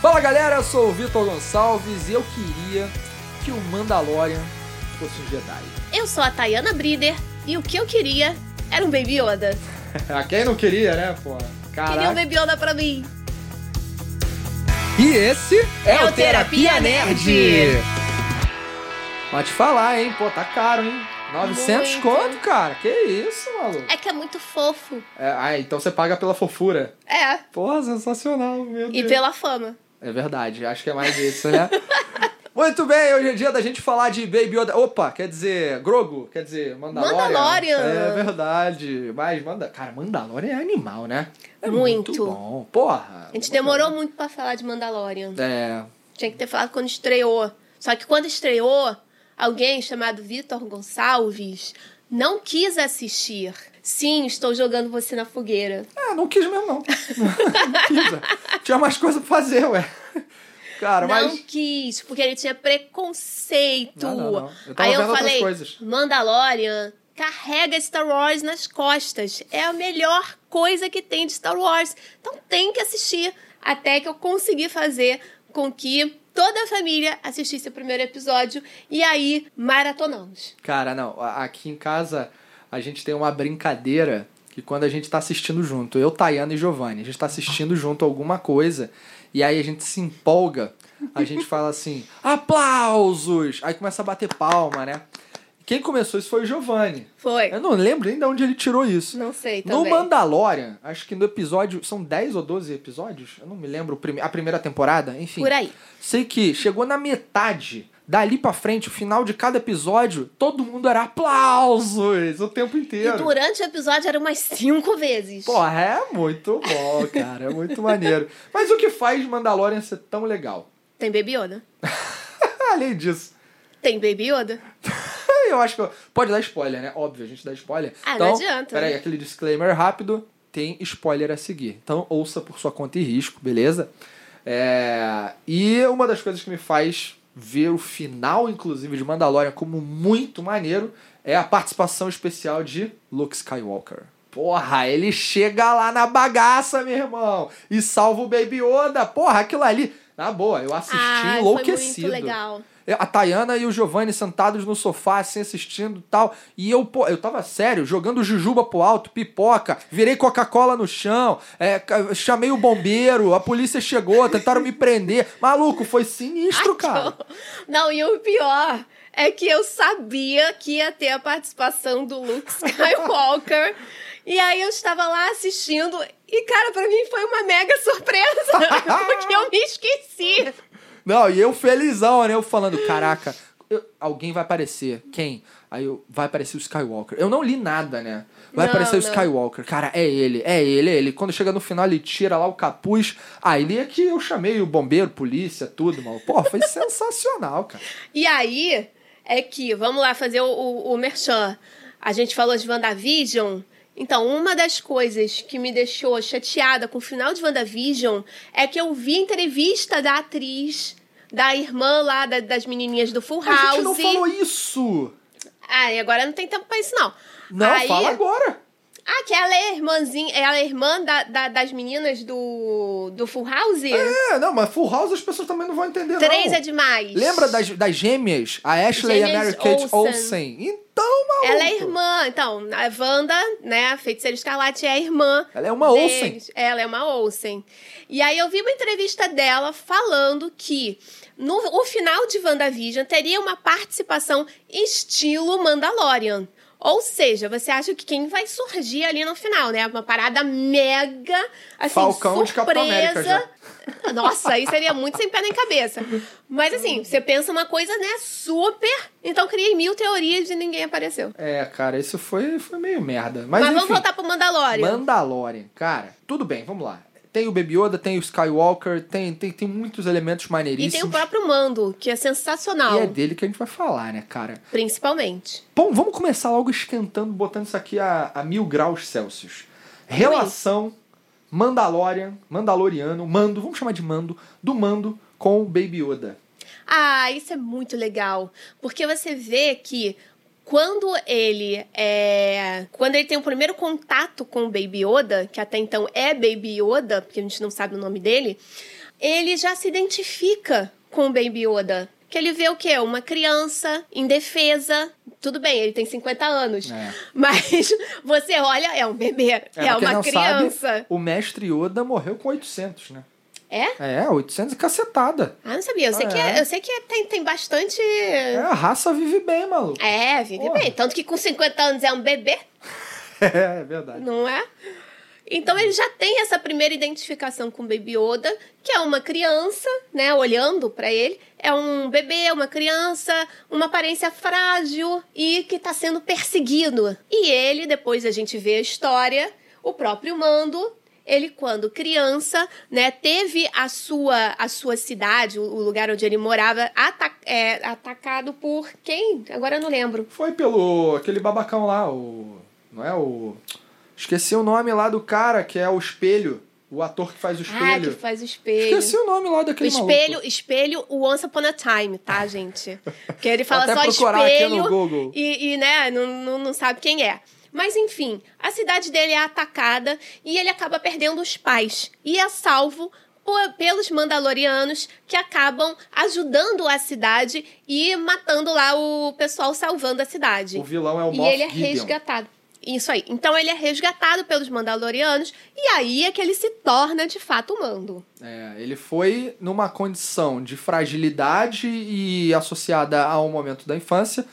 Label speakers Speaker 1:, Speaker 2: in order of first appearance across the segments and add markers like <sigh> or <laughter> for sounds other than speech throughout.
Speaker 1: Fala galera, eu sou o Vitor Gonçalves e eu queria que o Mandalorian fosse um <laughs> Jedi.
Speaker 2: Eu sou a Tayana Brider e o que eu queria era um Baby Yoda.
Speaker 1: Ah, Quem não queria, né, pô?
Speaker 2: Queria um
Speaker 1: Caraca.
Speaker 2: Baby Yoda pra mim.
Speaker 1: E esse
Speaker 2: É o Terapia Nerd.
Speaker 1: Pode falar, hein? Pô, tá caro, hein? 900
Speaker 2: Muito.
Speaker 1: conto, cara. Que isso, maluco?
Speaker 2: É que é muito fofo.
Speaker 1: É, ah, então você paga pela fofura.
Speaker 2: É.
Speaker 1: Porra, sensacional, meu
Speaker 2: E
Speaker 1: Deus.
Speaker 2: pela fama.
Speaker 1: É verdade, acho que é mais isso, né? <laughs> Muito bem, hoje é dia da gente falar de Baby Yoda. Opa, quer dizer, Grogu, quer dizer, Mandalorian.
Speaker 2: Mandalorian.
Speaker 1: É verdade. Mas, manda... cara, Mandalorian é animal, né? É muito.
Speaker 2: Muito.
Speaker 1: bom. Porra.
Speaker 2: A gente demorou muito pra falar de Mandalorian.
Speaker 1: É,
Speaker 2: Tinha que ter falado quando estreou. Só que quando estreou, alguém chamado Vitor Gonçalves não quis assistir. Sim, estou jogando você na fogueira.
Speaker 1: Ah, não quis mesmo, não. <laughs> não quis. ó. Tinha mais coisa pra fazer, ué. Cara,
Speaker 2: não
Speaker 1: mas.
Speaker 2: quis, porque ele tinha preconceito.
Speaker 1: Não, não, não. Eu tava
Speaker 2: Aí eu
Speaker 1: vendo outras
Speaker 2: falei,
Speaker 1: coisas.
Speaker 2: Mandalorian carrega Star Wars nas costas. É a melhor coisa que tem de Star Wars. Então tem que assistir. Até que eu consegui fazer com que toda a família assistisse o primeiro episódio. E aí, maratonamos.
Speaker 1: Cara, não. a- Aqui em casa a gente tem uma brincadeira que quando a gente tá assistindo junto, eu, Tayana e Giovanni, a gente tá
Speaker 2: <laughs>
Speaker 1: assistindo junto alguma coisa e aí a gente se empolga, a gente fala
Speaker 2: <laughs>
Speaker 1: assim: aplausos! Aí começa a bater palma, né? Quem começou isso foi o Giovanni.
Speaker 2: Foi.
Speaker 1: Eu não lembro nem de onde ele tirou isso.
Speaker 2: Não sei
Speaker 1: No
Speaker 2: também.
Speaker 1: Mandalorian, acho que no episódio. São 10 ou 12 episódios? Eu não me lembro o prime- a primeira temporada, enfim.
Speaker 2: Por aí.
Speaker 1: Sei que chegou na metade. Dali pra frente, o final de cada episódio, todo mundo era aplausos o tempo
Speaker 2: E
Speaker 1: inteiro.
Speaker 2: durante o episódio eram umas cinco vezes.
Speaker 1: Porra, é muito bom, cara. É muito maneiro. Mas o que faz Mandalorian ser tão legal?
Speaker 2: Tem Baby Yoda.
Speaker 1: Além disso.
Speaker 2: Tem Baby Yoda.
Speaker 1: É, Eu acho que. eu- Pode dar spoiler, né? Óbvio, a gente dá spoiler.
Speaker 2: Ah, não
Speaker 1: então,
Speaker 2: adianta,
Speaker 1: Peraí,
Speaker 2: né?
Speaker 1: aquele disclaimer rápido. Tem spoiler a seguir. Então, ouça por sua conta e risco, beleza? É, E uma das coisas que me faz ver o final, inclusive, de Mandalorian como muito maneiro é a participação especial de Luke Skywalker. Porra, ele chega lá na bagaça, meu irmão, e salva o Baby Yoda. Porra, aquilo ali. Na boa, eu assisti
Speaker 2: ah,
Speaker 1: enlouquecido.
Speaker 2: foi muito legal.
Speaker 1: É, A Tayana e o Giovanni sentados no sofá, assim, assistindo e tal. E eu, pô, eu tava sério, jogando jujuba pro alto, pipoca, virei Coca-Cola no chão, é, ca- chamei o bombeiro, a polícia chegou, tentaram me prender. Maluco, foi sinistro, cara.
Speaker 2: Não, e o pior é que eu sabia que ia ter a participação do Luke Skywalker. e aí eu estava lá assistindo. E, cara, pra mim foi uma mega <laughs> surpresa. <laughs> porque eu me esqueci.
Speaker 1: Não, e eu felizão, né? Eu falando, caraca, eu- alguém vai aparecer. Quem? Aí eu, vai aparecer o Skywalker. Eu não li nada, né? Vai
Speaker 2: Não,
Speaker 1: aparecer o
Speaker 2: não.
Speaker 1: Skywalker. Cara, é ele, é ele, é ele. Quando chega no final, ele tira lá o capuz. Aí é que eu chamei o bombeiro, polícia, tudo, mano. Pô,
Speaker 2: <laughs>
Speaker 1: foi sensacional, cara.
Speaker 2: E aí é que, vamos lá fazer o, o, o merchan. A gente falou de WandaVision. Então, uma das coisas que me deixou chateada com o final de WandaVision é que eu vi a entrevista da atriz, da irmã lá da- das menininhas do Full House.
Speaker 1: A gente não falou isso.
Speaker 2: Ah, e agora não tem tempo pra isso, não.
Speaker 1: Não,
Speaker 2: Aí-
Speaker 1: fala agora.
Speaker 2: Ah, que ela é irmãzinha, ela é irmã da- da- das meninas do, do Full House?
Speaker 1: É, não, mas Full House as pessoas também não vão entender,
Speaker 2: Três
Speaker 1: não.
Speaker 2: é demais.
Speaker 1: Lembra das, das gêmeas? A Ashley e a
Speaker 2: Gêmeas
Speaker 1: Mary Kate
Speaker 2: Olsen.
Speaker 1: Olsen. Então, maluco.
Speaker 2: Ela é irmã, então, a Wanda, né, a feiticeira escarlate é a irmã.
Speaker 1: Ela é uma Olsen.
Speaker 2: deles. Ela é uma Olsen. E aí eu vi uma entrevista dela falando que no o final de WandaVision teria uma participação estilo Mandalorian. Ou seja, você acha que quem vai surgir ali no final, né? Uma parada mega, assim,
Speaker 1: Falcão de Capitão América
Speaker 2: surpresa.
Speaker 1: já.
Speaker 2: Nossa, aí seria muito sem pé nem cabeça. Mas assim, você pensa uma coisa, né? Super. Então criei mil teorias e ninguém apareceu.
Speaker 1: É, cara, isso foi, foi meio merda. Mas,
Speaker 2: Mas,
Speaker 1: enfim,
Speaker 2: vamos voltar pro Mandalorian.
Speaker 1: Mandalorian, cara, tudo bem, vamos lá. Tem o Baby Yoda, tem o Skywalker, tem, tem, tem muitos elementos
Speaker 2: E
Speaker 1: maneiríssimos.
Speaker 2: tem o próprio Mando, que é sensacional.
Speaker 1: E é dele que a gente vai falar, né, cara?
Speaker 2: Principalmente.
Speaker 1: Bom, vamos começar logo esquentando, botando isso aqui a, a mil graus Celsius. Relação Mandalorian, Mandaloriano, Mando, vamos chamar de Mando, do Mando com o Baby Yoda.
Speaker 2: Ah, isso é muito legal. Porque você vê que quando ele é. Quando ele tem o primeiro contato com o Baby Yoda, que até então é Baby Yoda, porque a gente não sabe o nome dele, ele já se identifica com o Baby Yoda. Que ele vê o quê? Uma criança indefesa. Tudo bem, ele tem 50 anos.
Speaker 1: É.
Speaker 2: Mas <laughs> você olha, é um bebê. É,
Speaker 1: pra quem
Speaker 2: uma
Speaker 1: não sabe,
Speaker 2: criança.
Speaker 1: o mestre Yoda morreu com 800, né?
Speaker 2: É?
Speaker 1: É, 800 e cacetada.
Speaker 2: Ah, não sabia. Eu sei
Speaker 1: Ah,
Speaker 2: que,
Speaker 1: é.
Speaker 2: eu sei que é- tem, tem bastante.
Speaker 1: É, a raça vive bem, maluco. <laughs>
Speaker 2: É, vive
Speaker 1: Porra.
Speaker 2: bem. Tanto que com 50 anos é um bebê,
Speaker 1: É, é verdade.
Speaker 2: não é? Então ele já tem essa primeira identificação com o Baby Yoda, que é uma criança, né? Olhando pra ele, é um bebê, uma criança, uma aparência frágil e que tá sendo perseguido. E ele, depois a gente vê a história, o próprio Mando, ele quando criança, né, teve a sua a sua cidade, o- o lugar onde ele morava, ata- é, atacado por quem? Agora eu não lembro.
Speaker 1: Foi pelo aquele babacão lá, o. Não é o. Esqueci o nome lá do cara que é o espelho. O ator que faz o
Speaker 2: Ah, que
Speaker 1: espelho.
Speaker 2: faz o espelho.
Speaker 1: Esqueci o nome lá
Speaker 2: O
Speaker 1: daquele
Speaker 2: espelho,
Speaker 1: maluco.
Speaker 2: espelho, o Once Upon a Time, tá, gente? Porque ele
Speaker 1: Vou
Speaker 2: fala
Speaker 1: até
Speaker 2: só
Speaker 1: procurar
Speaker 2: espelho
Speaker 1: aqui no Google.
Speaker 2: E, e, né, não, não, não sabe quem é. Mas enfim, a cidade dele é atacada e ele acaba perdendo os pais. E é salvo por- pelos Mandalorianos que acabam ajudando a cidade e matando lá o pessoal salvando a cidade
Speaker 1: O vilão é o
Speaker 2: e
Speaker 1: Moff
Speaker 2: ele é
Speaker 1: Gideon.
Speaker 2: resgatado. Isso aí. Então ele é resgatado pelos Mandalorianos e aí é que ele se torna de fato o Mando.
Speaker 1: É, ele foi numa condição de fragilidade e associada a um momento da infância,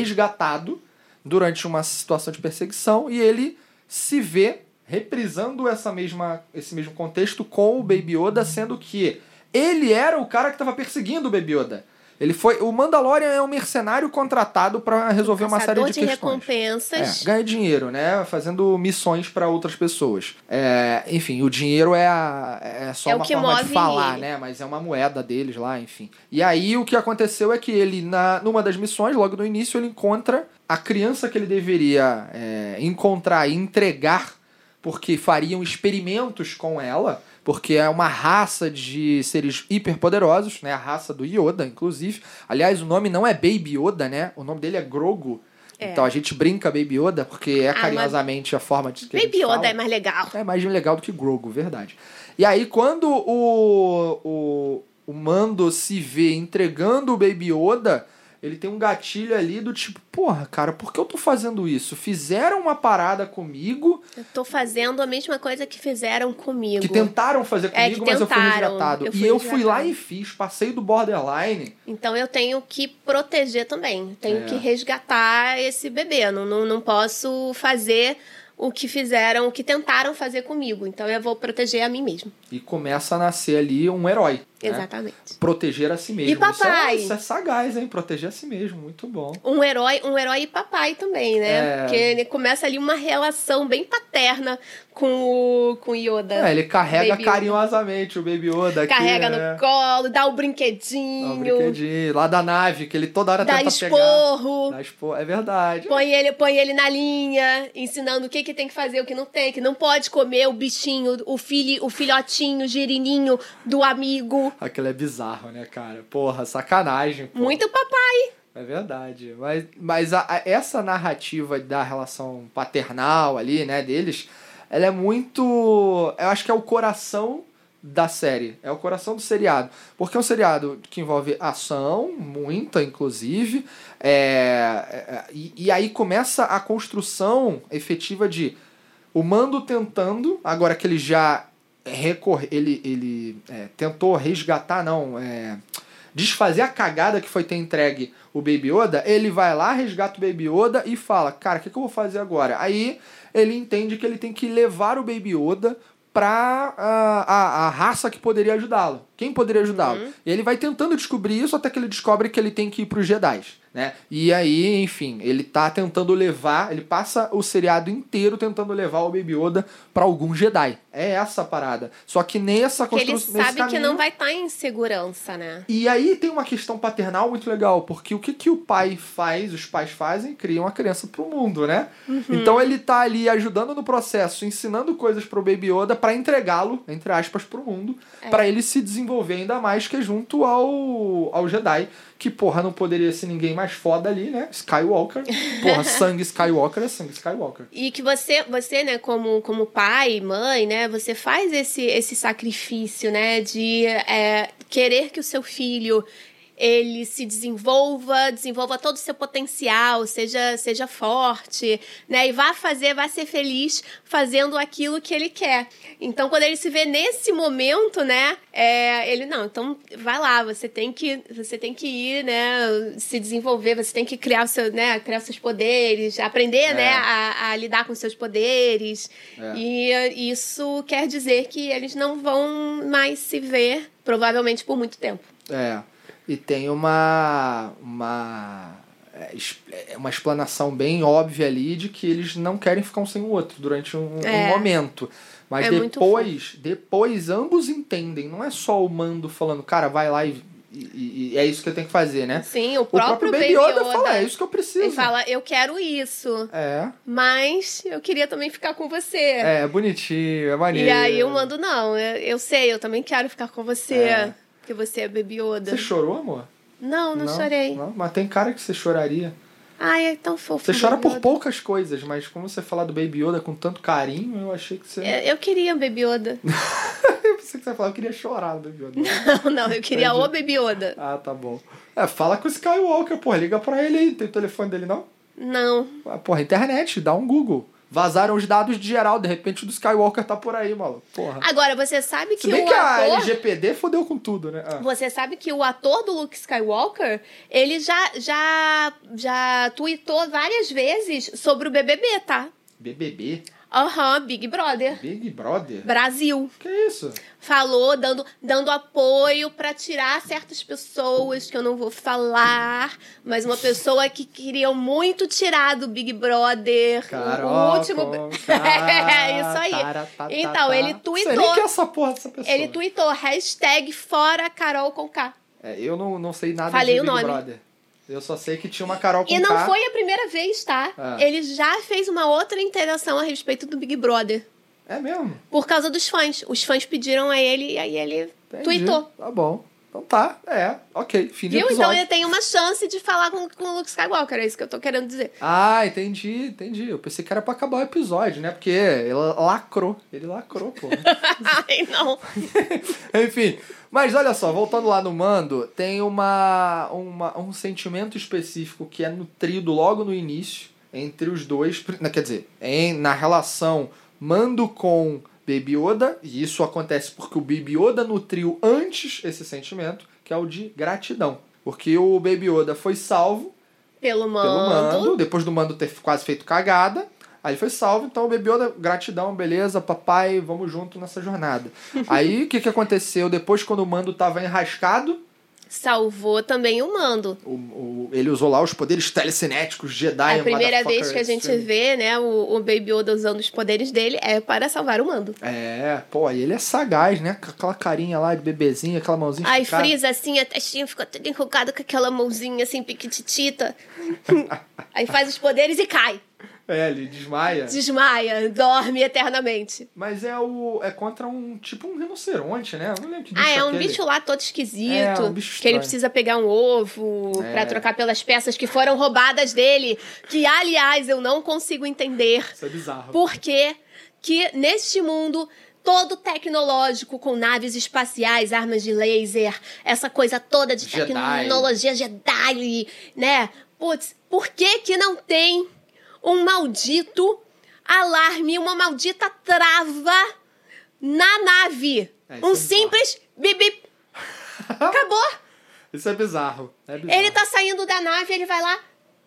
Speaker 1: resgatado durante uma situação de perseguição e ele se vê reprisando essa mesma, esse mesmo contexto com o Baby Yoda, sendo que ele era o cara que estava perseguindo o Baby Yoda. Ele foi, o Mandalorian é um mercenário contratado para resolver uma série
Speaker 2: Caçador
Speaker 1: de,
Speaker 2: de,
Speaker 1: questões.
Speaker 2: recompensas.
Speaker 1: É, ganha dinheiro, né? Fazendo missões pra outras pessoas. É, enfim, o dinheiro é, a- é só
Speaker 2: É o
Speaker 1: uma
Speaker 2: que
Speaker 1: forma de
Speaker 2: move
Speaker 1: falar,
Speaker 2: ele.
Speaker 1: né? Mas é uma moeda deles lá, enfim. E aí o que aconteceu é que ele, na, numa das missões, logo no início, ele encontra a criança que ele deveria é, encontrar e entregar, porque fariam experimentos com ela. Porque é uma raça de seres hiperpoderosos, né? A raça do Yoda, inclusive. Aliás, o nome não é Baby Yoda, né? O nome dele é Grogu.
Speaker 2: É. Ah,
Speaker 1: Então a gente brinca Baby Yoda porque é
Speaker 2: mas-
Speaker 1: carinhosamente a forma de que a
Speaker 2: Baby
Speaker 1: gente
Speaker 2: Yoda
Speaker 1: fala.
Speaker 2: é mais legal.
Speaker 1: É mais legal do que Grogu, verdade. E aí, quando o, o, o Mando se vê entregando o Baby Yoda, ele tem um gatilho ali do tipo, porra, cara, por que eu tô fazendo isso? Fizeram uma parada comigo,
Speaker 2: Eu tô fazendo a mesma coisa que fizeram comigo.
Speaker 1: que um- tentaram fazer comigo,
Speaker 2: É, que
Speaker 1: mas eu fui
Speaker 2: tentaram.
Speaker 1: resgatado.
Speaker 2: Eu
Speaker 1: e
Speaker 2: fui
Speaker 1: eu fui lá
Speaker 2: resgatado.
Speaker 1: e fiz, passei do borderline.
Speaker 2: Então eu tenho que proteger também. Tenho
Speaker 1: É.
Speaker 2: que resgatar esse bebê. Não, não, não posso fazer o que fizeram, o que tentaram fazer comigo. Então eu vou proteger a mim mesmo.
Speaker 1: E começa a nascer ali um herói. Né?
Speaker 2: Exatamente.
Speaker 1: Proteger a si mesmo.
Speaker 2: papai?
Speaker 1: Isso é, isso é sagaz, hein? Proteger a si mesmo. Muito bom.
Speaker 2: um herói, um herói e papai também, né?
Speaker 1: É.
Speaker 2: Porque ele começa ali uma relação bem paterna com o com o Yoda.
Speaker 1: É, ele carrega
Speaker 2: Baby Yoda.
Speaker 1: carinhosamente o Baby Yoda aqui.
Speaker 2: Carrega
Speaker 1: né?
Speaker 2: no colo, dá o
Speaker 1: Dá
Speaker 2: brinquedinho,
Speaker 1: um brinquedinho. Lá da nave, que ele toda hora
Speaker 2: dá
Speaker 1: tenta pegar.
Speaker 2: esporro,
Speaker 1: Dá expor. É verdade.
Speaker 2: põe ele, põe ele na linha, ensinando o que, que tem que fazer, o que não tem, que não pode comer o bichinho, o filho, o filhotinho, o girininho do amigo.
Speaker 1: Aquilo é bizarro, né, cara? Porra, sacanagem. pô.
Speaker 2: Muito papai.
Speaker 1: É verdade. Mas, mas a- a- essa narrativa da relação paternal ali, né, deles, ela é muito. Eu acho que é o coração da série. É o coração do seriado. Porque é um seriado que envolve ação, muita, inclusive. é, é, e, e aí começa a construção efetiva de o Mando tentando, agora que ele já recorre, ele, ele é, tentou resgatar, não, é, desfazer a cagada que foi ter entregue o Baby Yoda, ele vai lá, resgata o Baby Yoda e fala, cara, o que, que eu vou fazer agora? Aí ele entende que ele tem que levar o Baby Yoda pra ah, a, a raça que poderia ajudá-lo. Quem poderia ajudá-lo?
Speaker 2: Uhum.
Speaker 1: E ele vai tentando descobrir isso até que ele descobre que ele tem que ir pros Jedi, né? E aí, enfim, ele tá tentando levar, ele passa o seriado inteiro tentando levar o Baby Yoda pra algum Jedi. É essa a parada. Só que nessa
Speaker 2: Porque ele
Speaker 1: construção, nesse
Speaker 2: sabe que
Speaker 1: caminho-
Speaker 2: não vai estar em segurança, né?
Speaker 1: e aí tem uma questão paternal muito legal, porque o que, que o pai faz, os pais fazem, criam a criança pro mundo, né? Então ele tá ali ajudando no processo, ensinando coisas pro Baby Yoda pra entregá-lo, entre aspas, pro mundo, pra ele se desenvolver ainda mais que junto ao, ao Jedi, que porra, não poderia ser ninguém mais foda ali, né? Skywalker. Porra, sangue Skywalker é sangue Skywalker.
Speaker 2: E que você, você né, como, como pai, mãe, né, você faz esse, esse sacrifício, né, de é, querer que o seu filho ele se desenvolva, desenvolva todo o seu potencial, seja, seja forte, né? E vá fazer, vá ser feliz fazendo aquilo que ele quer. Então, quando ele se vê nesse momento, né? É, ele não, então vai lá, você tem que, você tem que ir, né? Se desenvolver, você tem que criar o seu, né? Criar seus poderes, aprender,
Speaker 1: É.
Speaker 2: né? A, a lidar com seus poderes. E eh, isso quer dizer que eles não vão mais se ver, provavelmente por muito tempo.
Speaker 1: É. E tem uma. Uma. é, es- é, Uma explanação bem óbvia ali de que eles não querem ficar um sem o outro durante um, um
Speaker 2: É.
Speaker 1: momento. Mas
Speaker 2: É muito
Speaker 1: depois, depois ambos entendem. Não é só o mando falando, cara, vai lá e, e- e é isso que eu tenho que fazer, né?
Speaker 2: Sim, o
Speaker 1: O próprio,
Speaker 2: próprio, Baby Yoda,
Speaker 1: fala, é isso que eu
Speaker 2: Ele
Speaker 1: preciso.
Speaker 2: fala, eu quero isso,
Speaker 1: É,
Speaker 2: mas eu queria também ficar com você.
Speaker 1: é bonitinho, é maneiro.
Speaker 2: e aí eu mando, não, eu, eu sei, eu também quero ficar com você.
Speaker 1: É.
Speaker 2: Porque você é Baby Yoda.
Speaker 1: Você chorou, amor?
Speaker 2: Não, não, chorei.
Speaker 1: não, mas tem cara que você choraria.
Speaker 2: Ai, é tão fofo.
Speaker 1: Você
Speaker 2: o
Speaker 1: chora
Speaker 2: Baby
Speaker 1: por
Speaker 2: Yoda.
Speaker 1: poucas coisas, mas como você falar do Baby Yoda com tanto carinho, eu achei que você.
Speaker 2: É, Eu, eu queria o Baby Yoda.
Speaker 1: <laughs> Eu pensei que você ia falar, eu queria chorar do Baby Yoda.
Speaker 2: <laughs> Não, não, eu queria
Speaker 1: Entendi.
Speaker 2: o Baby Yoda.
Speaker 1: ah, tá bom. É, fala com o Skywalker, porra, liga pra ele aí. Tem o telefone dele, não?
Speaker 2: Não.
Speaker 1: Ah, Porra, internet, dá um Google. Vazaram os dados de geral, de repente o do Skywalker tá por aí, maluco. Porra.
Speaker 2: Agora, você sabe que
Speaker 1: Se bem
Speaker 2: o
Speaker 1: que a
Speaker 2: ator...
Speaker 1: LGPD fodeu com tudo, né? Ah.
Speaker 2: Você sabe que o ator do Luke Skywalker, ele já, já, já tweetou várias vezes sobre o BBB, tá?
Speaker 1: BBB,
Speaker 2: Aham, Big Brother.
Speaker 1: Big Brother.
Speaker 2: Brasil.
Speaker 1: Que isso?
Speaker 2: falou dando, dando apoio pra tirar certas pessoas que eu não vou falar, mas uma pessoa que queria muito tirar do Big Brother,
Speaker 1: Carol, tá, Ah,
Speaker 2: o último <laughs> é isso aí. Então, ele
Speaker 1: Sei nem
Speaker 2: tweetou,
Speaker 1: que é essa porra dessa pessoa.
Speaker 2: ele tweetou hashtag fora Carol com K.
Speaker 1: É, eu não, não sei nada
Speaker 2: Falei
Speaker 1: de
Speaker 2: o
Speaker 1: Big
Speaker 2: nome.
Speaker 1: Brother. Eu só sei que tinha uma Carol com
Speaker 2: E não
Speaker 1: K.
Speaker 2: foi a primeira vez, tá?
Speaker 1: Ah.
Speaker 2: Ele já fez uma outra interação a respeito do Big Brother.
Speaker 1: É mesmo?
Speaker 2: Por causa dos fãs. Os fãs pediram a ele e aí ele
Speaker 1: Entendi.
Speaker 2: tweetou.
Speaker 1: Tá bom. Então tá, é, ok, fim de
Speaker 2: Viu? Então
Speaker 1: episódio.
Speaker 2: ele tem uma chance de falar com, com o Luke Skywalker, é isso que eu tô querendo dizer.
Speaker 1: Ah, entendi, entendi. Eu pensei que era pra acabar o episódio, né? Porque ele lacrou, ele lacrou, pô.
Speaker 2: <laughs> Ai, não.
Speaker 1: <laughs> Enfim, mas olha só, voltando lá no Mando, tem uma, uma, um sentimento específico que é nutrido logo no início entre os dois, na- quer dizer, em, na relação Mando com Baby Yoda, e isso acontece porque o Baby Yoda nutriu antes esse sentimento, que é o de gratidão. Porque o Baby Yoda foi salvo
Speaker 2: Pelo
Speaker 1: pelo
Speaker 2: mando.
Speaker 1: Mando, depois do Mando ter quase feito cagada. Aí ele foi salvo, então o bebê da gratidão, beleza, papai, vamos junto nessa
Speaker 2: <laughs>
Speaker 1: jornada. Aí o que, que aconteceu? Depois, quando o Mando tava enrascado,
Speaker 2: Salvou também o mando.
Speaker 1: o, o- ele usou lá os poderes telecinéticos Jedi.
Speaker 2: a primeira
Speaker 1: motherfucker,
Speaker 2: vez que a gente
Speaker 1: extreme.
Speaker 2: vê, né, o, o Baby Yoda usando os poderes dele é para salvar o mando.
Speaker 1: É, pô, e ele é sagaz, né? Com aquela carinha lá de bebezinho, aquela mãozinha
Speaker 2: Aí
Speaker 1: esticada.
Speaker 2: frisa assim, a testinha ficou toda enrugada com aquela mãozinha assim, <laughs> piquititita. Aí faz os poderes e cai.
Speaker 1: É, ele desmaia.
Speaker 2: Desmaia, dorme eternamente.
Speaker 1: Mas é o. É contra um. Tipo um rinoceronte, né? Eu não lembro que bicho
Speaker 2: Ah, é um
Speaker 1: aquele.
Speaker 2: bicho lá todo esquisito.
Speaker 1: É, um bicho
Speaker 2: que ele
Speaker 1: estranho.
Speaker 2: precisa pegar um ovo
Speaker 1: É.
Speaker 2: pra trocar pelas peças que foram roubadas dele. Que, aliás, eu não consigo entender
Speaker 1: Isso é bizarro.
Speaker 2: por que que neste mundo todo tecnológico, com naves espaciais, armas de laser, essa coisa toda de
Speaker 1: Jedi.
Speaker 2: tecnologia Jedi, né? Putz, por que que não tem um maldito alarme, uma maldita trava na nave?
Speaker 1: É, isso é
Speaker 2: um
Speaker 1: bizarro.
Speaker 2: simples
Speaker 1: <laughs>
Speaker 2: bip, bip. Acabou.
Speaker 1: Isso é bizarro. É bizarro.
Speaker 2: Ele tá saindo da nave, ele vai lá,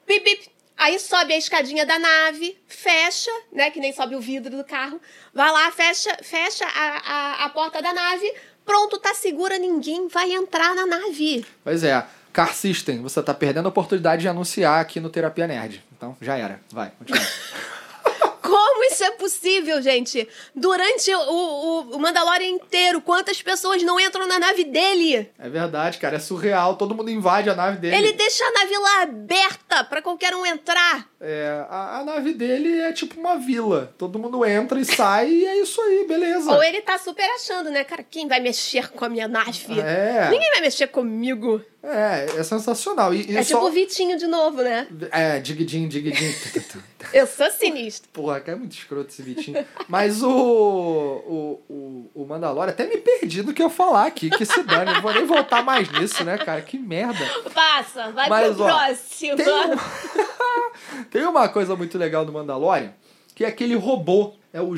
Speaker 2: bip, bip. Aí sobe a escadinha da nave, fecha, né? Que nem sobe o vidro do carro. Vai lá, fecha, fecha a, a, a porta da nave. Pronto, tá segura, ninguém vai entrar na nave.
Speaker 1: Pois é. Car System, você tá perdendo a
Speaker 2: <laughs>
Speaker 1: oportunidade de anunciar aqui no Terapia Nerd. Então, já era. Vai, continua.
Speaker 2: Como Como isso é possível, gente? Durante o, o, o Mandalorian inteiro, quantas pessoas não entram na nave dele?
Speaker 1: É verdade, cara. É surreal. Todo mundo invade a nave dele.
Speaker 2: Ele deixa a nave lá aberta pra qualquer um entrar.
Speaker 1: É, a, a nave dele é tipo uma vila. Todo mundo entra e sai e é isso aí, beleza.
Speaker 2: Ou ele tá super achando, né? Cara, quem vai mexer com a minha nave?
Speaker 1: É.
Speaker 2: Ninguém vai mexer comigo.
Speaker 1: É, é sensacional. E, e
Speaker 2: é tipo
Speaker 1: só...
Speaker 2: o Vitinho de novo, né?
Speaker 1: É, digdim,
Speaker 2: <laughs>
Speaker 1: digdim.
Speaker 2: Eu sou sinistro.
Speaker 1: Porra, que é muito escroto esse Vitinho. Mas o, o, o, o Mandalorian, até me perdi do que eu falar aqui, que se dane. Não vou nem voltar mais nisso, né, cara? Que merda.
Speaker 2: Passa, vai
Speaker 1: Mas,
Speaker 2: pro
Speaker 1: ó,
Speaker 2: próximo.
Speaker 1: Tem, um- tem uma coisa muito legal do Mandalorian, que é aquele robô. É o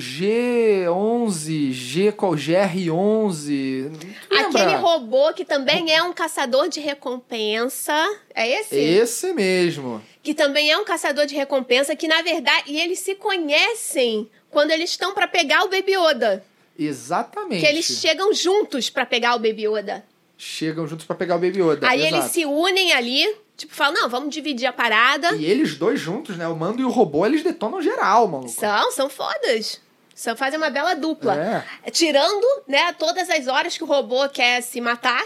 Speaker 1: G11, G, qual, GR11. Lembra?
Speaker 2: Aquele robô que também é um caçador de recompensa. É esse?
Speaker 1: Esse mesmo.
Speaker 2: Que também é um caçador de recompensa, que na verdade. E eles se conhecem quando eles estão pra pegar o Baby Oda.
Speaker 1: Exatamente.
Speaker 2: Que eles chegam juntos pra pegar o Baby Oda.
Speaker 1: Chegam juntos pra pegar o Baby Yoda.
Speaker 2: Aí
Speaker 1: exato.
Speaker 2: eles se unem ali, tipo, falam: não, vamos dividir a parada.
Speaker 1: E eles dois juntos, né? O Mando e o robô, eles detonam geral, maluco.
Speaker 2: São, são fodas. São, fazem uma bela dupla.
Speaker 1: É.
Speaker 2: Tirando, né, todas as horas que o robô quer se matar,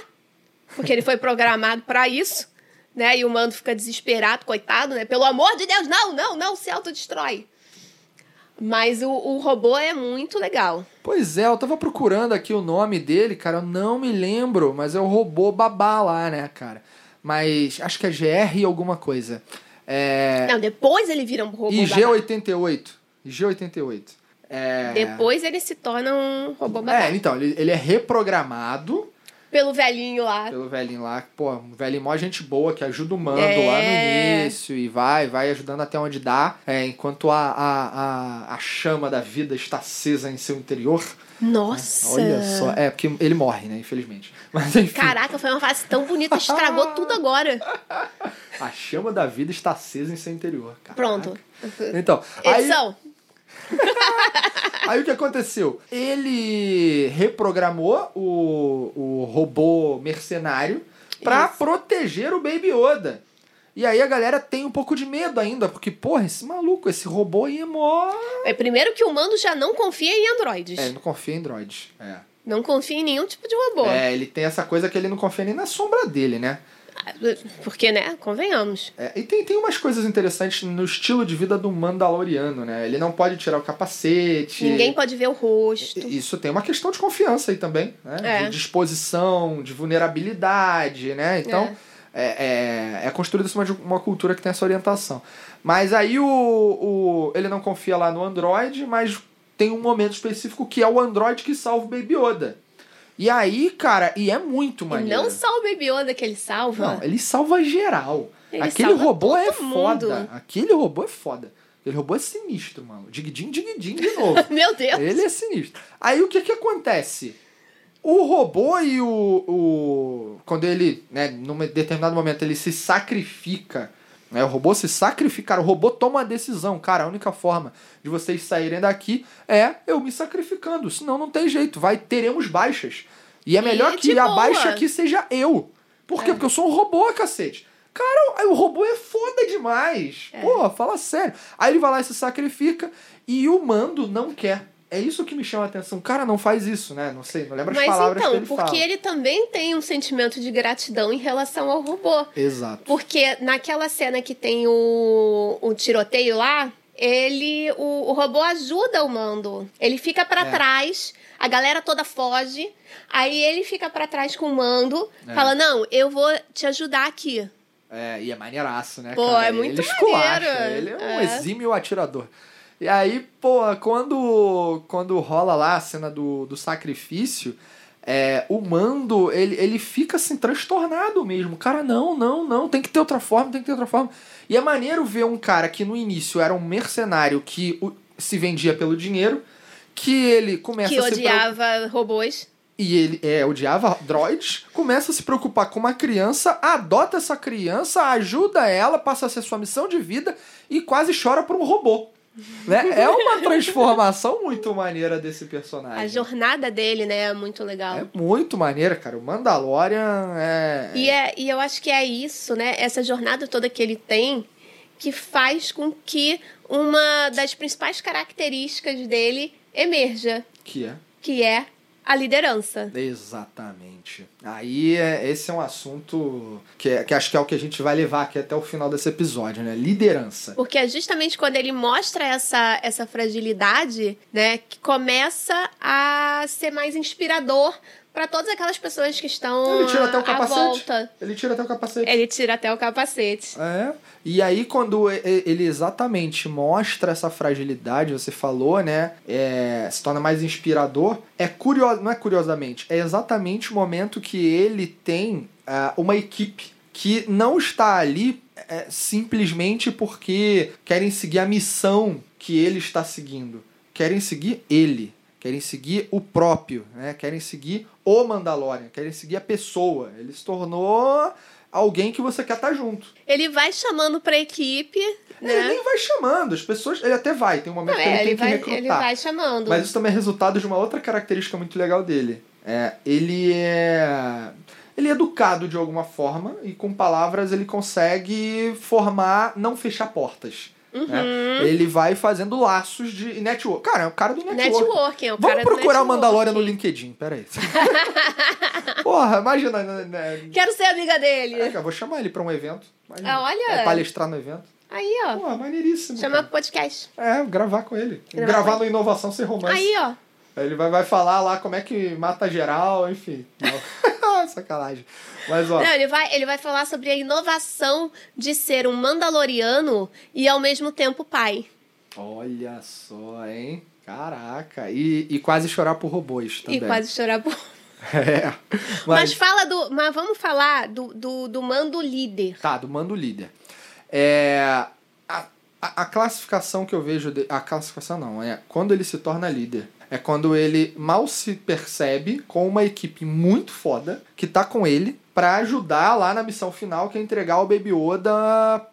Speaker 2: porque ele foi programado pra isso, né? E o mando fica desesperado, coitado, né? Pelo amor de Deus, não, não, não, se autodestrói. Mas o, o robô é muito legal.
Speaker 1: Pois é, eu tava procurando aqui o nome dele, cara, eu não me lembro, mas é o robô babá lá, né, cara? Mas acho que é GR alguma coisa. É.
Speaker 2: Não, depois ele vira um robô.
Speaker 1: e
Speaker 2: babá.
Speaker 1: G88. G88. É.
Speaker 2: Depois ele se torna um robô babá.
Speaker 1: É, então, ele, ele é reprogramado
Speaker 2: Pelo velhinho lá.
Speaker 1: pelo velhinho lá. Pô, um velhinho mó gente boa que ajuda o mando lá no
Speaker 2: É.
Speaker 1: início e vai, vai ajudando até onde dá. é, enquanto a, a, a, a chama da vida está acesa em seu interior.
Speaker 2: Nossa!
Speaker 1: Olha só. É, porque ele morre, né, infelizmente. <laughs> Mas enfim.
Speaker 2: Caraca, foi uma fase tão bonita,
Speaker 1: <laughs>
Speaker 2: estragou tudo agora.
Speaker 1: A chama da vida está acesa em seu interior, cara.
Speaker 2: Pronto. é
Speaker 1: Então, aí,
Speaker 2: Edição.
Speaker 1: aí o que aconteceu? Ele reprogramou o, o robô mercenário pra
Speaker 2: Isso.
Speaker 1: proteger o Baby Yoda. E aí a galera tem um pouco de medo ainda, porque, porra, esse maluco, esse robô aí é mó...
Speaker 2: É, primeiro que o humano já não confia em androides.
Speaker 1: É, ele não confia em droid. É.
Speaker 2: Não confia em nenhum tipo de robô.
Speaker 1: é, ele tem essa coisa que ele não confia nem na sombra dele, né?
Speaker 2: Porque, né, convenhamos.
Speaker 1: É, e tem, tem umas coisas interessantes no estilo de vida do Mandaloriano, né? Ele não pode tirar o capacete.
Speaker 2: Ninguém pode ver o rosto.
Speaker 1: Isso tem uma questão de confiança aí também, né?
Speaker 2: É.
Speaker 1: De disposição, de vulnerabilidade, né? Então, é, é, é construída uma, uma cultura que tem essa orientação. Mas aí o, o ele não confia lá no Android, mas tem um momento específico que é o Android que salva o Baby Yoda. E aí, cara, e é muito
Speaker 2: E
Speaker 1: maneiro.
Speaker 2: não só o Baby Yoda que ele salva.
Speaker 1: Não, ele salva geral.
Speaker 2: Ele
Speaker 1: Aquele
Speaker 2: salva
Speaker 1: robô é
Speaker 2: todo
Speaker 1: foda.
Speaker 2: mundo.
Speaker 1: Aquele robô é foda. Aquele robô é sinistro, mano. Digdim, digdim de novo.
Speaker 2: <laughs> Meu Deus.
Speaker 1: Ele é sinistro. Aí o que que acontece? O robô e o. o- quando ele, né, num determinado momento, ele se sacrifica. Né, o robô se sacrificar, o robô toma a decisão. Cara, a única forma de vocês saírem daqui é eu me sacrificando. Senão não tem jeito. Vai, teremos baixas. E é
Speaker 2: E
Speaker 1: melhor
Speaker 2: de
Speaker 1: que a
Speaker 2: boa. É.
Speaker 1: baixa aqui seja eu. Por quê? Porque eu sou um robô, cacete. Cara, o robô é foda demais.
Speaker 2: É.
Speaker 1: Pô, fala sério. Aí ele vai lá e se sacrifica e o mando não quer. É isso que me chama a atenção. Cara, não faz isso, né? Não sei, não lembro as
Speaker 2: Mas
Speaker 1: palavras
Speaker 2: então,
Speaker 1: que ele
Speaker 2: porque
Speaker 1: fala.
Speaker 2: ele também tem um sentimento de gratidão em relação ao robô.
Speaker 1: Exato.
Speaker 2: Porque naquela cena que tem o, o tiroteio lá, ele. O, o robô ajuda o mando. Ele fica pra
Speaker 1: É.
Speaker 2: trás, a galera toda foge. Aí ele fica pra trás com o mando,
Speaker 1: É.
Speaker 2: fala: Não, eu vou te ajudar aqui.
Speaker 1: É, e é maneiraço, né?
Speaker 2: Pô,
Speaker 1: cara?
Speaker 2: é
Speaker 1: ele
Speaker 2: muito
Speaker 1: esculacha,
Speaker 2: maneiro.
Speaker 1: Ele é um
Speaker 2: É.
Speaker 1: exímio atirador. E aí, pô, quando, quando rola lá a cena do, do sacrifício, é, o mando, ele, ele fica assim, transtornado mesmo. Cara, não, não, não, tem que ter outra forma, tem que ter outra forma. E é maneiro ver um cara que no início era um mercenário que o- se vendia pelo dinheiro, que ele começa
Speaker 2: que
Speaker 1: a se preocupar.
Speaker 2: odiava robôs.
Speaker 1: E ele é, odiava droids, começa a se preocupar com uma criança, adota essa criança, ajuda ela, passa a ser sua missão de vida e quase chora por um robô. Né? É uma transformação muito maneira desse
Speaker 2: A
Speaker 1: personagem.
Speaker 2: jornada dele, né, é muito legal.
Speaker 1: É muito maneira, cara. O Mandalorian é.
Speaker 2: E, é, e eu acho que é isso, né? Essa jornada toda que ele tem que faz com que uma das principais características dele emerja,
Speaker 1: Que é?
Speaker 2: que é a liderança.
Speaker 1: Exatamente. Aí é- esse é um assunto que, é- que acho que é o que a gente vai levar aqui até o final desse episódio, né? Liderança.
Speaker 2: Porque é justamente quando ele mostra essa, essa fragilidade, né, que começa a ser mais inspirador para todas aquelas pessoas que estão
Speaker 1: Ele tira até o
Speaker 2: à
Speaker 1: capacete.
Speaker 2: volta.
Speaker 1: Ele tira até o capacete.
Speaker 2: Ele tira até o capacete.
Speaker 1: É. E aí, quando e- e- ele exatamente mostra essa fragilidade, você falou, né? é, se torna mais inspirador. É curioso, não é curiosamente, é exatamente o momento que ele tem ah, uma equipe que não está ali é, simplesmente porque querem seguir a missão que ele está seguindo. Querem seguir ele. Querem seguir o próprio, né? Querem seguir o Mandalorian, querem seguir a pessoa. Ele se tornou alguém que você quer estar junto.
Speaker 2: Ele vai chamando pra equipe,
Speaker 1: É, Ele
Speaker 2: né?
Speaker 1: nem vai chamando, as pessoas. Ele até vai, tem um momento
Speaker 2: Não,
Speaker 1: que ele
Speaker 2: é,
Speaker 1: tem
Speaker 2: ele
Speaker 1: que
Speaker 2: vai,
Speaker 1: recrutar.
Speaker 2: ele vai chamando.
Speaker 1: Mas isso também é resultado de uma outra característica muito legal dele. É, ele é. Ele é educado de alguma forma e com palavras ele consegue formar, não fechar portas. né?
Speaker 2: Uhum.
Speaker 1: Ele vai fazendo laços de network. Cara, é o cara do network.
Speaker 2: Networking, é o
Speaker 1: Vamos
Speaker 2: cara do
Speaker 1: procurar o
Speaker 2: networking.
Speaker 1: Mandalorian no LinkedIn,
Speaker 2: <laughs>
Speaker 1: peraí. Porra, imagina. né, né,
Speaker 2: Quero ser amiga dele.
Speaker 1: Caraca, eu vou chamar ele pra um evento. Imagina.
Speaker 2: Ah, olha.
Speaker 1: Vai palestrar no evento.
Speaker 2: Aí, ó.
Speaker 1: Porra, maneiríssimo.
Speaker 2: Chama pro podcast.
Speaker 1: É, gravar com ele.
Speaker 2: Gravar
Speaker 1: gravar
Speaker 2: com
Speaker 1: no Inovação Sem Romance.
Speaker 2: Aí, ó.
Speaker 1: Aí ele vai, vai falar lá como é que mata geral,
Speaker 2: <laughs>
Speaker 1: enfim. Não. Sacanagem. Mas ó,
Speaker 2: Não, ele vai, ele vai falar sobre a inovação de ser um mandaloriano e ao mesmo tempo pai.
Speaker 1: olha só, hein? Caraca. E, e quase chorar por robôs também.
Speaker 2: E quase chorar por.
Speaker 1: <laughs> É.
Speaker 2: Mas
Speaker 1: Mas,
Speaker 2: fala do. Mas vamos falar do, do, do mando líder.
Speaker 1: tá, do mando líder. É. A, a, a classificação que eu vejo. de- a classificação não, é quando ele se torna líder. É quando ele mal se percebe com uma equipe muito foda que tá com ele pra ajudar lá na missão final que é entregar o Baby Yoda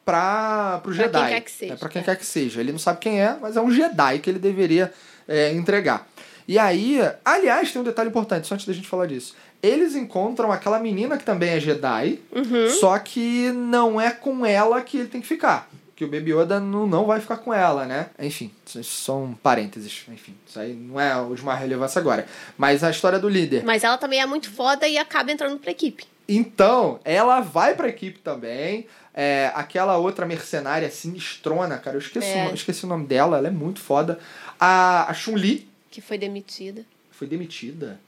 Speaker 1: pra, pro
Speaker 2: Pra
Speaker 1: Jedi.
Speaker 2: quem quer que seja,
Speaker 1: É pra quem
Speaker 2: é.
Speaker 1: quer que seja. Ele não sabe quem é, mas é um Jedi que ele deveria é, entregar. E aí, aliás, tem um detalhe importante, só antes da gente falar disso. Eles encontram aquela menina que também é Jedi,
Speaker 2: Uhum.
Speaker 1: só que não é com ela que ele tem que ficar. Que o Baby Yoda não, não vai ficar com ela, né? Enfim, isso é só um parênteses. Enfim, isso aí não é de uma relevância agora. Mas a história do líder.
Speaker 2: Mas ela também é muito foda e acaba entrando pra equipe.
Speaker 1: Então, ela vai pra equipe também. É, aquela outra mercenária sinistrona, cara. Eu esqueci,
Speaker 2: É.
Speaker 1: o no- esqueci o nome dela, ela é muito foda. A, a Chun-Li
Speaker 2: Que foi demitida.
Speaker 1: foi demitida.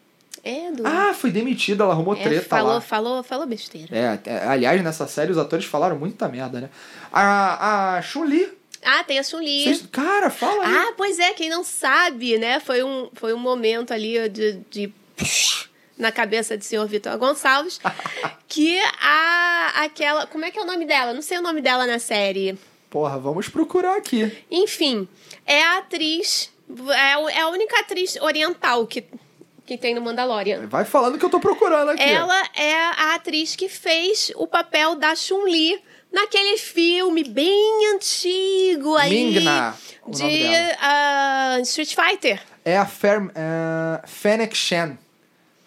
Speaker 2: É, do.
Speaker 1: Ah, foi demitida, ela arrumou
Speaker 2: É,
Speaker 1: treta
Speaker 2: falou,
Speaker 1: lá.
Speaker 2: falou, falou besteira.
Speaker 1: É, até- aliás, nessa série os atores falaram muita merda, né? A, a Chun-Li.
Speaker 2: Ah, tem a Chun-Li.
Speaker 1: vocês- Cara, fala aí.
Speaker 2: Ah, pois é, quem não sabe, né? Foi um, foi um momento ali de. de- na cabeça do senhor Vitor Gonçalves. que a. aquela. Como é que é o nome dela? Não sei o nome dela na série.
Speaker 1: Porra, vamos procurar aqui.
Speaker 2: Enfim, é a atriz. É, o- é a única atriz oriental que, que tem no Mandalorian.
Speaker 1: Vai falando que eu tô procurando aqui.
Speaker 2: Ela é a atriz que fez o papel da Chun-Li naquele filme bem antigo aí.
Speaker 1: Ming-Na, o
Speaker 2: De
Speaker 1: nome dela.
Speaker 2: ah, Street Fighter.
Speaker 1: É a Fer, é, Fennec Shand.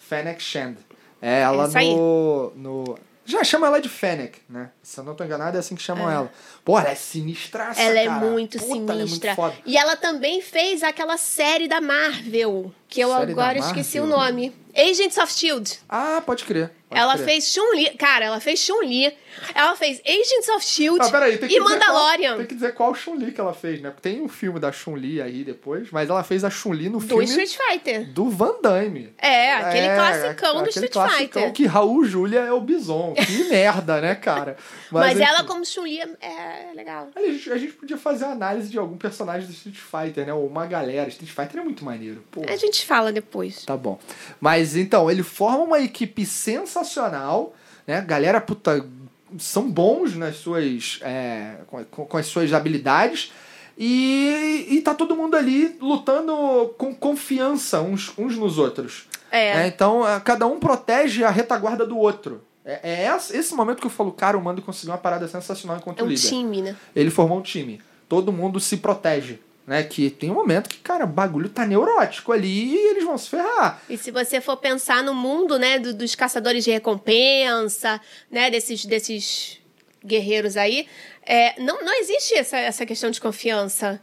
Speaker 1: Fennec Shand. É ela
Speaker 2: Essa aí.
Speaker 1: no, no. Já chama ela de Fennec, né? Se eu não tô enganado, é assim que chamam ela. Pô, ela é sinistraça,
Speaker 2: Ela é
Speaker 1: cara.
Speaker 2: muito
Speaker 1: Puta, ela é muito
Speaker 2: sinistra.
Speaker 1: foda.
Speaker 2: e ela também fez aquela série da Marvel, que eu
Speaker 1: Série da
Speaker 2: agora esqueci o
Speaker 1: Marvel?
Speaker 2: nome. Agents of Shield.
Speaker 1: Ah, pode crer. pode
Speaker 2: ela
Speaker 1: crer.
Speaker 2: fez Chun-Li. Cara, ela fez Chun-Li. Ela fez Agents of Shield
Speaker 1: Ah, peraí, tem que
Speaker 2: e
Speaker 1: dizer
Speaker 2: Mandalorian.
Speaker 1: Qual, tem que dizer qual Chun-Li que ela fez, né? Porque tem um filme da Chun-Li aí depois, mas ela fez a Chun-Li no
Speaker 2: do
Speaker 1: filme
Speaker 2: Street Fighter.
Speaker 1: do Van Damme.
Speaker 2: É, aquele classicão do
Speaker 1: aquele
Speaker 2: Street
Speaker 1: classicão
Speaker 2: Fighter.
Speaker 1: que Raul Júlia é o Bison. Que
Speaker 2: <laughs>
Speaker 1: merda, né, cara?
Speaker 2: Mas, ela,
Speaker 1: enfim.
Speaker 2: como Chun-Li, é- é legal.
Speaker 1: Olha, A gente, a gente podia fazer a análise de algum personagem do Street Fighter, né? Ou uma galera. Street Fighter é muito maneiro, pô.
Speaker 2: A gente fala depois.
Speaker 1: Tá bom. Mas então, ele forma uma equipe sensacional, né? Galera, puta, são bons nas suas. é, com, com- com as suas habilidades. E, e tá todo mundo ali lutando com confiança uns, uns nos outros.
Speaker 2: É.
Speaker 1: É, então, é, cada um protege a retaguarda do outro. É, é essa- esse momento que eu falo, cara, o Mando conseguiu uma parada sensacional enquanto
Speaker 2: É um
Speaker 1: líder
Speaker 2: time, né?
Speaker 1: ele formou um time. Todo mundo se protege, né? Que tem um momento que, cara, o bagulho tá neurótico ali e eles vão se ferrar.
Speaker 2: E se você for pensar no mundo, né, do- dos caçadores de recompensa, né, desses, desses guerreiros aí, é, não, não existe essa, essa questão de confiança.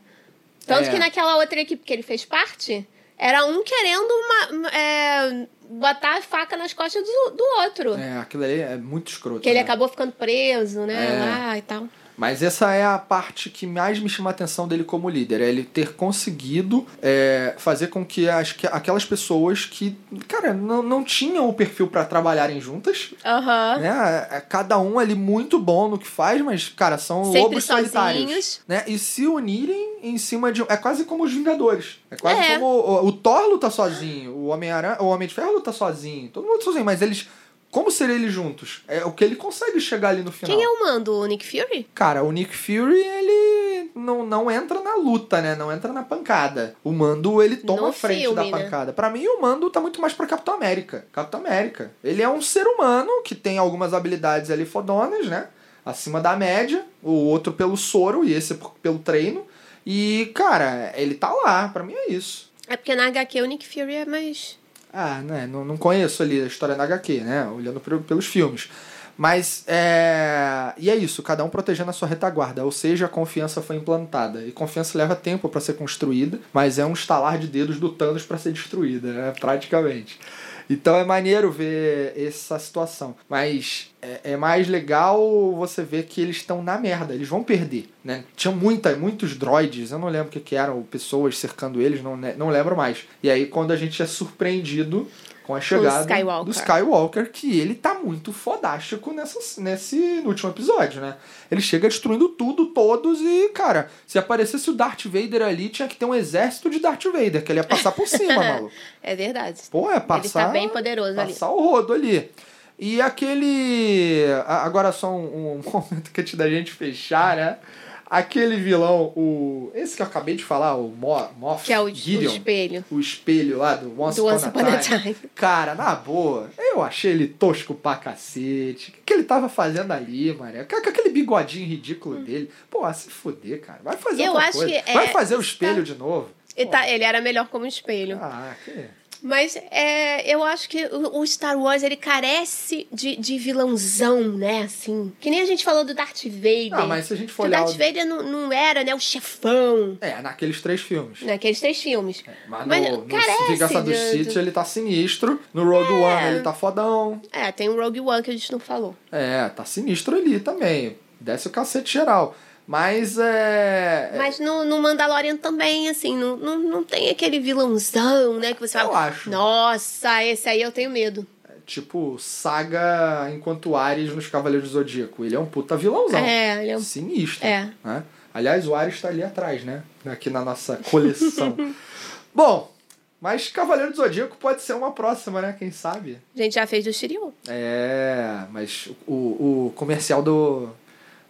Speaker 2: Tanto
Speaker 1: É.
Speaker 2: que naquela outra equipe que ele fez parte, era um querendo uma- uma, é, botar a faca nas costas do, do outro.
Speaker 1: É, aquilo ali é muito escroto.
Speaker 2: Que ele
Speaker 1: né?
Speaker 2: acabou ficando preso, né?
Speaker 1: É.
Speaker 2: Lá e tal.
Speaker 1: Mas essa é a parte que mais me chama a atenção dele como líder. É ele ter conseguido é, fazer com que, as, que aquelas pessoas que, cara, não, não tinham o perfil pra trabalharem juntas,
Speaker 2: Aham.
Speaker 1: né? É Cada um ali muito bom no que faz, mas, cara, são
Speaker 2: Sempre
Speaker 1: lobos solitários.
Speaker 2: sozinhos.
Speaker 1: Né? E se unirem em cima de. É quase como os Vingadores. É quase
Speaker 2: É.
Speaker 1: como. O, o Thor luta sozinho, o Homem-Aranha, o Homem de Ferro luta sozinho, todo mundo sozinho, mas eles. Como ser eles juntos? É o que ele consegue chegar ali no final.
Speaker 2: Quem é o mando? O Nick Fury?
Speaker 1: Cara, o Nick Fury, ele não, não entra na luta, né? Não entra na pancada. O Mando, ele toma
Speaker 2: No
Speaker 1: a frente
Speaker 2: filme,
Speaker 1: da
Speaker 2: né?
Speaker 1: pancada. Pra mim, o Mando tá muito mais pra Capitão América. Capitão América. Ele é um ser humano que tem algumas habilidades ali fodonas, né? Acima da média. O outro pelo soro e esse por- pelo treino. E, cara, ele tá lá. Pra mim é isso.
Speaker 2: É porque na HQ o Nick Fury é mais.
Speaker 1: Ah, né? Não, não conheço ali a história da HQ, né? Olhando pro- pelos filmes. Mas é. E é isso, cada um protegendo a sua retaguarda. Ou seja, a confiança foi implantada. E confiança leva tempo pra ser construída, mas é um estalar de dedos do Thanos pra ser destruída, né? Praticamente. Então é maneiro ver essa situação. Mas é, é mais legal você ver que eles estão na merda, eles vão perder, né? Tinha muita, muitos droids, eu não lembro o que, que eram, pessoas cercando eles, não, ne- não lembro mais. E aí quando a gente é surpreendido com a chegada
Speaker 2: Skywalker.
Speaker 1: do Skywalker, que ele tá muito fodástico nessa, nesse no último episódio, né? Ele chega destruindo tudo, todos, e, cara, se aparecesse o Darth Vader ali, tinha que ter um exército de Darth Vader, que ele ia passar por cima,
Speaker 2: <laughs>
Speaker 1: maluco.
Speaker 2: É verdade.
Speaker 1: Pô, é passar...
Speaker 2: Ele tá bem poderoso ali.
Speaker 1: Passar o rodo ali. E aquele. a- Agora só um, <laughs> um momento que antes da gente fechar, né? Aquele vilão, o. Esse que eu acabei de falar, o Mo, Moff
Speaker 2: Que é o, o
Speaker 1: Gideon,
Speaker 2: espelho.
Speaker 1: o espelho lá do Once,
Speaker 2: do
Speaker 1: Upon,
Speaker 2: Once
Speaker 1: a
Speaker 2: Upon a
Speaker 1: Time.
Speaker 2: Time.
Speaker 1: Cara, na boa, eu achei ele tosco pra cacete. O que, que ele tava fazendo ali, Maria? Com com aquele bigodinho ridículo dele. Pô, ah, se fuder, cara. Vai fazer
Speaker 2: Hum. Eu
Speaker 1: outra
Speaker 2: acho
Speaker 1: coisa.
Speaker 2: que é-
Speaker 1: Vai fazer o espelho de novo.
Speaker 2: E tá- ele era melhor como espelho.
Speaker 1: Ah, que.
Speaker 2: Mas é, eu acho que o, o Star Wars ele carece de, de vilãozão, né? Assim. Que nem a gente falou do Darth Vader.
Speaker 1: Ah, mas se a gente
Speaker 2: Que
Speaker 1: for
Speaker 2: o
Speaker 1: olhar.
Speaker 2: Darth
Speaker 1: o-
Speaker 2: Vader não, não era, né? O chefão.
Speaker 1: É, naqueles três filmes.
Speaker 2: Naqueles três filmes.
Speaker 1: Mas,
Speaker 2: Mas é assim,
Speaker 1: no, no
Speaker 2: carece
Speaker 1: Vingança dos
Speaker 2: de-
Speaker 1: Sith
Speaker 2: de-
Speaker 1: ele tá sinistro. No Rogue One ele tá fodão.
Speaker 2: É, tem o Rogue One que a gente não falou.
Speaker 1: É, tá sinistro ali também. Desce o cacete geral. Mas é.
Speaker 2: Mas no, no Mandalorian também, assim, não, não, não tem aquele vilãozão, né? Que você
Speaker 1: Eu
Speaker 2: fala,
Speaker 1: acho.
Speaker 2: nossa, esse aí eu tenho medo.
Speaker 1: Tipo, saga enquanto Ares nos Cavaleiros do Zodíaco. Ele é um puta vilãozão.
Speaker 2: É, ele é um...
Speaker 1: Sinistro.
Speaker 2: É.
Speaker 1: né? Aliás, o Ares tá ali atrás, né? Aqui na nossa
Speaker 2: <laughs>
Speaker 1: coleção. Bom, mas Cavaleiro do Zodíaco pode ser uma próxima, né? Quem sabe?
Speaker 2: A gente já fez do Shiryu.
Speaker 1: É, mas o, o comercial do,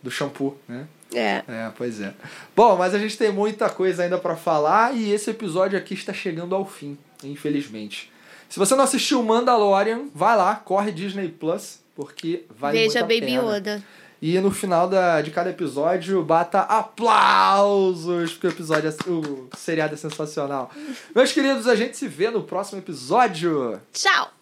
Speaker 1: do shampoo, né?
Speaker 2: É.
Speaker 1: É, pois é. Bom, mas a gente tem muita coisa ainda pra falar e esse episódio aqui está chegando ao fim, infelizmente. Se você não assistiu Mandalorian, vai lá, corre Disney Plus, porque vale
Speaker 2: Veja
Speaker 1: muito a
Speaker 2: Baby
Speaker 1: pena.
Speaker 2: Yoda.
Speaker 1: E no final da, de cada episódio, bata aplausos, porque o episódio, é, o seriado é sensacional. Meus queridos, a gente se vê no próximo episódio.
Speaker 2: Tchau!